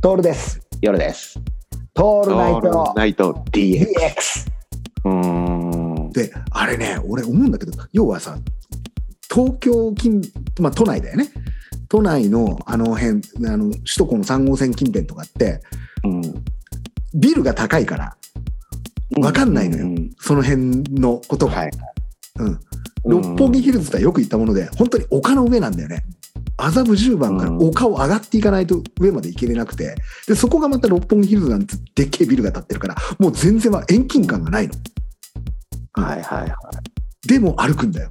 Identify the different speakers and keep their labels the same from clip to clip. Speaker 1: トールです。
Speaker 2: 夜です。
Speaker 1: ト
Speaker 2: オ
Speaker 1: ールナイト
Speaker 2: ナイト DX。
Speaker 1: DX。
Speaker 2: うーん。
Speaker 1: で、あれね、俺思うんだけど、要はさ、東京近、まあ都内だよね。都内のあの辺、あの首都高の3号線近辺とかって、ビルが高いから、わかんないのよ
Speaker 2: よ。
Speaker 1: その辺のことが。
Speaker 2: はい。
Speaker 1: うん、六本木ヒルズとはよく行ったもので、本当に丘の上なんだよね。麻布十番から丘を上がっていかないと上まで行けれなくて、で、そこがまた六本木ヒルズなんてでっけえビルが建ってるから、もう全然は遠近感がないの。
Speaker 2: はいはいは
Speaker 1: でも歩くんだよ。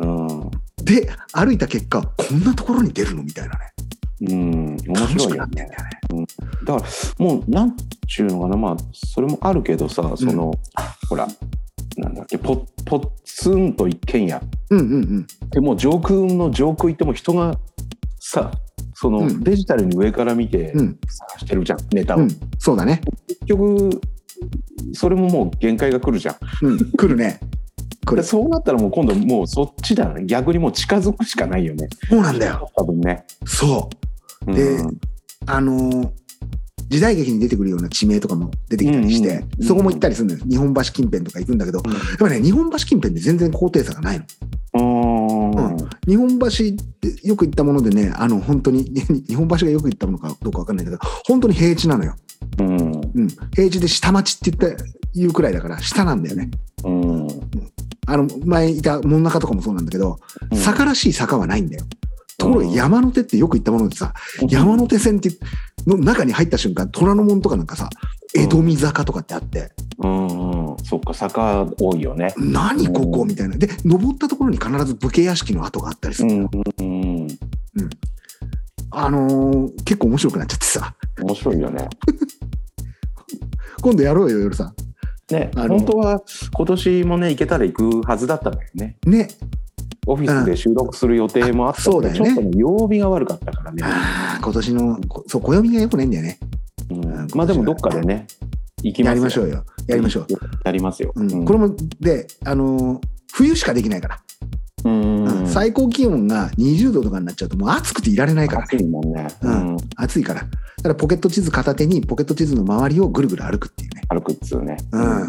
Speaker 2: い。うん。
Speaker 1: で、歩いた結果、こんなところに出るのみたいなね。
Speaker 2: うん、面
Speaker 1: 楽し
Speaker 2: 白
Speaker 1: くな
Speaker 2: いよ
Speaker 1: ってん
Speaker 2: ね
Speaker 1: だ。よね。
Speaker 2: だから、もう、なんちゅうのかな、まあ、それもあるけどさ、その、ほら、なんだっけ、ぽ、ぽつんと一軒家。
Speaker 1: うんうんうん。
Speaker 2: でも、上空の上空行っても人がさ、その、
Speaker 1: うん
Speaker 2: デジタルに上から見て
Speaker 1: うん
Speaker 2: 探してるじゃん、ネタを。
Speaker 1: うん。そうだね。
Speaker 2: 結局、それももう限界が来るじゃん。
Speaker 1: うん。来るね。来
Speaker 2: で
Speaker 1: る。そ
Speaker 2: そうなったらもう今度もうそっちだよね逆にもう近づくしかないよね
Speaker 1: うなんだよ。
Speaker 2: 多分ね。
Speaker 1: そう。で
Speaker 2: うん
Speaker 1: あのー時代劇に出てくるような地名とかも出てきたりして、
Speaker 2: うんうん
Speaker 1: そこも行ったりするんだよ。日本橋近辺とか行くんだけど、やっぱね、日本橋近辺で全然高低差がないの。
Speaker 2: うん
Speaker 1: うん日本橋ってよく行ったものでね、あの、本当に、 日本橋がよく行ったものかどうかわかんないんだけど、本当に平地なのよ。
Speaker 2: うん
Speaker 1: うん。平地で下町って言った、言うくらいだから、下なんだよね。
Speaker 2: うん
Speaker 1: あの、前いた門中とかもそうなんだけど、坂らしい坂はないんだよ。ところが山の手ってよく行ったものでさ、山の手線っての中に入った瞬間、虎ノ門とかなんかさ、
Speaker 2: うん
Speaker 1: 江戸見坂とかってあって、
Speaker 2: うんうんそっか坂多いよね。
Speaker 1: 何ここ
Speaker 2: うん
Speaker 1: みたいな。で、登ったところに必ず武家屋敷の跡があったりす
Speaker 2: う
Speaker 1: る。
Speaker 2: んうん
Speaker 1: あのー結構面白くなっちゃってさ、
Speaker 2: 面白いよね。
Speaker 1: 今度やろうよ、夜さ
Speaker 2: ね
Speaker 1: あの
Speaker 2: 本当は今年もね行けたら行くはずだったんだよね。
Speaker 1: ん。ね。
Speaker 2: オフィスで収録する予定もあったけど
Speaker 1: うんあそうだよね
Speaker 2: ちょっとね曜日が悪かったからね。
Speaker 1: ああ、今年の、こそう、暦が良くないんだよね。
Speaker 2: うんまあでもどっかでね行きます
Speaker 1: やりましょ
Speaker 2: う
Speaker 1: うよ。やりましょう。。
Speaker 2: やりますよ。
Speaker 1: うん。これも、で、あのー冬しかできないから、
Speaker 2: うん
Speaker 1: うん最高気温が20度とかになっちゃうと、もう暑くていられないから、
Speaker 2: 暑いもんね。
Speaker 1: うん暑いから。だからポケット地図片手に、ポケット地図の周りをぐるぐる歩くっていうね。
Speaker 2: 歩くっつうね。
Speaker 1: うん。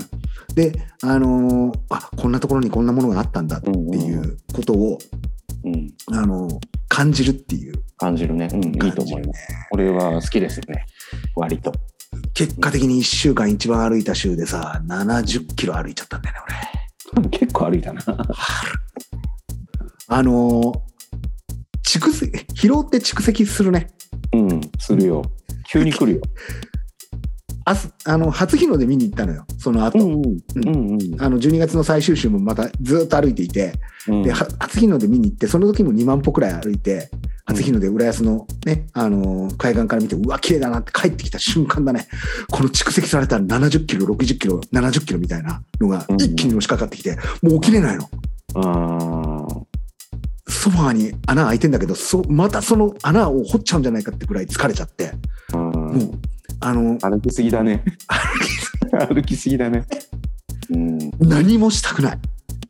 Speaker 1: で、あのーあ、こんなところにこんなものがあったんだって
Speaker 2: ん
Speaker 1: い。うことを、
Speaker 2: うん。
Speaker 1: あのー感じるっていう。
Speaker 2: 感じるね。うん。いいと思います。これは好きですね。割と。
Speaker 1: 結果的に1週間一番歩いた週でさ、70キロ歩いちゃったんだよね、俺。
Speaker 2: 結構歩いたな。
Speaker 1: あのー蓄積、疲労って蓄積するね。
Speaker 2: うん。するよ。急に来るよ。
Speaker 1: あすあの、初日の出見に行ったのよ、その後。
Speaker 2: んうん。うん
Speaker 1: あの、12月の最終週もまたずっと歩いていて、
Speaker 2: うん。
Speaker 1: で、は初日の出見に行って、その時も2万歩くらい歩いて、初日の出浦安のね、あのー海岸から見て、うわ、綺麗だなって帰ってきた瞬間だね。この蓄積された70キロ、60キロ、70キロみたいなのが
Speaker 2: うん
Speaker 1: 一気に押しかかってきて、もう起きれないの。
Speaker 2: うん。
Speaker 1: ソファーに穴開いてんだけど、そまたその穴を掘っちゃうんじゃないかってくらい疲れちゃって、
Speaker 2: うん
Speaker 1: もう、あの、
Speaker 2: 歩きすぎだ ね。歩きすぎだね。うん。
Speaker 1: 何もしたくない。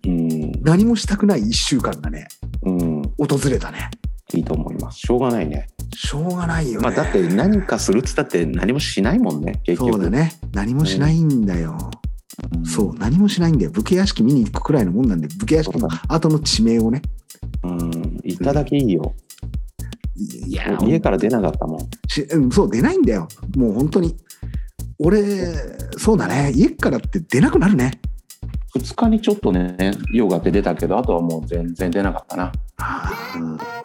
Speaker 2: うん。
Speaker 1: 何もしたくない1週間がね、
Speaker 2: うん。
Speaker 1: 訪れたね。
Speaker 2: いいと思います。しょうがないね。
Speaker 1: しょうがないよね。
Speaker 2: まあだって何かするっつったって何もしないもんね。結局。
Speaker 1: そうだ。ね。何もしないんだよ。そうう、何もしないんだよ。武家屋敷見に行くくらいのもんなんで、武家屋敷の後の地名をね。
Speaker 2: ん。うん。いただけいいよ。
Speaker 1: いや
Speaker 2: もう家から出なかったもん。
Speaker 1: しうんそう、出ないんだよ。もう本当に。俺、そうだね。家からって出なくなるね。
Speaker 2: 2日にちょっとねヨガって出たけどあとはもう全然出なかったな。
Speaker 1: あー